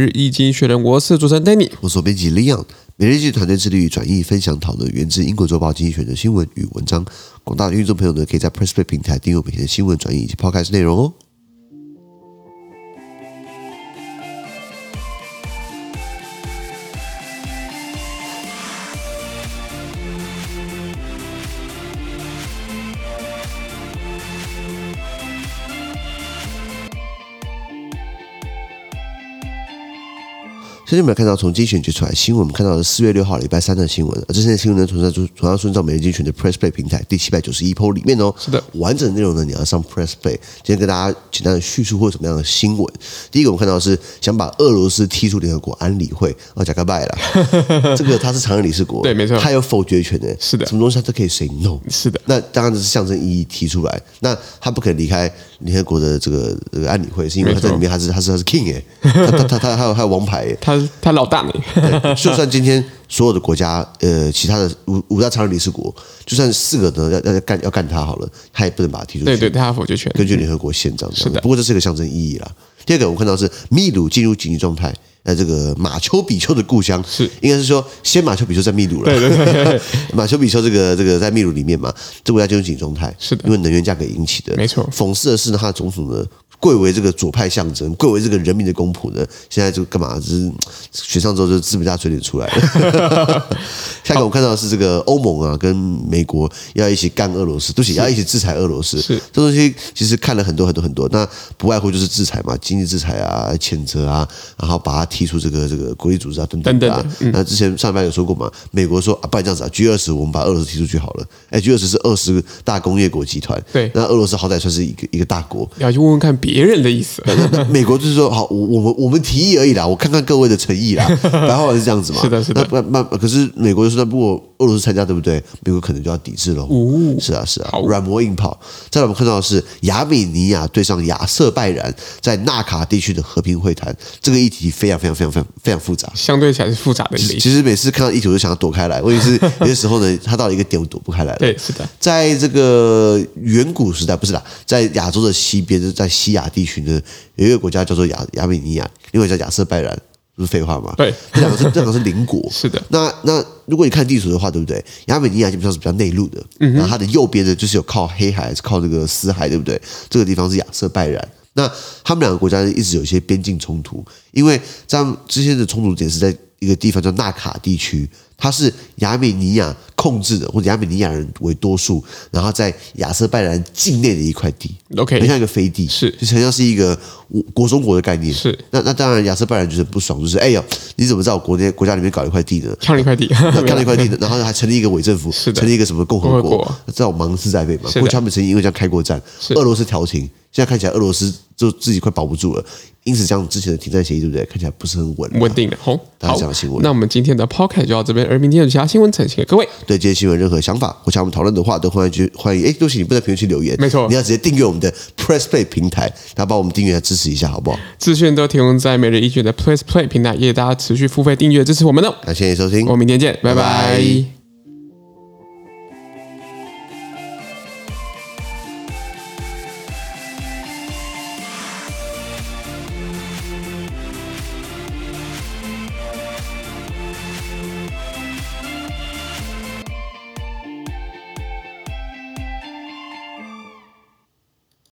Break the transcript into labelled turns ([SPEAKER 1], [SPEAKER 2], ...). [SPEAKER 1] 日译经学人，我是主持人 Danny。
[SPEAKER 2] 我所编辑 Leon，每日一经团队致力于转译、分享、讨论源自英国《周报》经济学的新闻与文章。广大的听众朋友呢，可以在 Press Play 平台订阅我们每天的新闻转译以及 Podcast 内容哦。现在我们看到从精选决出来新闻，我们看到的四月六号礼拜三的新闻，而这些新闻呢，同样就同样顺照每日精选的 Press Play 平台第七百九十一 p 里面哦。
[SPEAKER 1] 是的
[SPEAKER 2] 完整的内容呢，你要上 Press Play。今天跟大家简单的叙述或什么样的新闻。第一个我们看到的是想把俄罗斯踢出联合国安理会，哦，贾克 拜了，这个他是常任理事国，
[SPEAKER 1] 对没错
[SPEAKER 2] 他有否决权的，
[SPEAKER 1] 是的
[SPEAKER 2] 什么东西他都可以 say no，
[SPEAKER 1] 是的，
[SPEAKER 2] 那当然这是象征意义提出来，那他不肯离开联合国的这个这个安理会，是因为他在里面他是他是他是 king 哎、他他他他还有还有王牌哎、
[SPEAKER 1] 他他老 大呢？
[SPEAKER 2] 对就算今天所有的国家，呃，其他的五五大常任理事国，就算四个呢要要要干要干他好了，他也不能把他踢出去。
[SPEAKER 1] 对对，他否决权。
[SPEAKER 2] 根据联合国宪章这
[SPEAKER 1] 是
[SPEAKER 2] 样
[SPEAKER 1] 的
[SPEAKER 2] 子。不过这是一个象征意义啦。第二个，我们看到是秘鲁进入紧急状态。呃，这个马丘比丘的故乡
[SPEAKER 1] 是
[SPEAKER 2] 应该是说先马丘比丘在秘鲁了。
[SPEAKER 1] 对对对对
[SPEAKER 2] 马丘比丘这个这个在秘鲁里面嘛，这国家进入紧急状态，
[SPEAKER 1] 是的
[SPEAKER 2] 因为能源价格引起的。
[SPEAKER 1] 没错
[SPEAKER 2] 讽刺的是呢，他的总统呢。贵为这个左派象征，贵为这个人民的公仆呢，现在就干嘛？就是嗯选上之后就资本家嘴脸出来 了。下一个我们看到的是这个欧盟啊，跟美国要一起干俄罗斯，对不起，要一起制裁俄罗斯。
[SPEAKER 1] 是
[SPEAKER 2] 这东西其实看了很多很多很多，那不外乎就是制裁嘛，经济制裁啊、谴责啊，然后把他踢出这个这个国际组织啊等等的啊。
[SPEAKER 1] 等
[SPEAKER 2] 那之前上班有说过嘛，美国说啊，不然这样子啊，G 二十我们把俄罗斯踢出去好了。哎，G 二十是二十大工业国集团，
[SPEAKER 1] 对
[SPEAKER 2] 那俄罗斯好歹算是一个一个大国。
[SPEAKER 1] 要去问问看别人的意思。
[SPEAKER 2] 那美国就是说，好，我我们我们提议而已啦，我看看各位的诚意啦。 白话文是这样子嘛？
[SPEAKER 1] 是的是的
[SPEAKER 2] 那那那可是美国就说，那如果俄罗斯参加，对不对？美国可能就要抵制喽。
[SPEAKER 1] 哦
[SPEAKER 2] 是啊是啊
[SPEAKER 1] 好，
[SPEAKER 2] 软磨硬泡。再来我们看到的是亚美尼亚对上亚塞拜然在纳卡地区的和平会谈，这个议题非常非常非常非常非常复杂。
[SPEAKER 1] 相对起来是复杂的一个意思。
[SPEAKER 2] 其实每次看到议题，我就想要躲开来。问题是有些时候呢，它到一个点我躲不开来了。
[SPEAKER 1] 对，是的，
[SPEAKER 2] 在这个远古时代，不是啦，在亚洲的西边，就是在西亚地区呢，有一个国家叫做亚亚美尼亚，另外一个叫亚塞拜然，不是废话吗？
[SPEAKER 1] 对
[SPEAKER 2] 这两个是这两个是邻国。
[SPEAKER 1] 是的，
[SPEAKER 2] 那那如果你看地图的话，对不对？亚美尼亚基本上是比较内陆的，
[SPEAKER 1] 嗯
[SPEAKER 2] 然后它的右边呢就是有靠黑海，是靠这个死海，对不对？这个地方是亚塞拜然。那他们两个国家一直有一些边境冲突，因为在他们之前的冲突点是在一个地方叫纳卡地区，它是亚美尼亚控制的，或者亚美尼亚人为多数，然后在亚塞拜然境内的一块地。
[SPEAKER 1] OK
[SPEAKER 2] 很像一个飞地，
[SPEAKER 1] 是
[SPEAKER 2] 就是很像是一个我国中国的概念。
[SPEAKER 1] 是，
[SPEAKER 2] 那那当然，亚瑟拜然就是很不爽，就是哎呦，你怎么在我国内国家里面搞一块地 呢？
[SPEAKER 1] 看了一块地，
[SPEAKER 2] 那看了一块地，然后还成立一个伪政 府，
[SPEAKER 1] 是的
[SPEAKER 2] 成立一个什么共和
[SPEAKER 1] 共和
[SPEAKER 2] 国
[SPEAKER 1] 国，
[SPEAKER 2] 这种芒刺在背嘛。
[SPEAKER 1] 是的
[SPEAKER 2] 过去他们曾经因为这样开过战，俄罗斯调停，现在看起来俄罗斯就自己快保不住了，因此这样之前的停战协议，对不对？看起来不是很稳。啊
[SPEAKER 1] 稳定的。好，
[SPEAKER 2] 大家
[SPEAKER 1] 好
[SPEAKER 2] 讲新闻，
[SPEAKER 1] 那我们今天的 Podcast 就到这边，而明天有其他新闻呈现给各位。
[SPEAKER 2] 对这些新闻任何想法或想我们讨论的话，都欢迎去欢迎。哎，对不起，你不在评论区留言，
[SPEAKER 1] 没错
[SPEAKER 2] 你要直接订阅我们的 Press Play 平台，然后帮我们订阅来支持一下，好不好？
[SPEAKER 1] 资讯都提供在每日一卷的 Plus Play 平台，也大家持续付费订阅支持我们哦。
[SPEAKER 2] 感谢你的收听
[SPEAKER 1] 我。们明天见，拜
[SPEAKER 2] 拜
[SPEAKER 1] 拜
[SPEAKER 2] 拜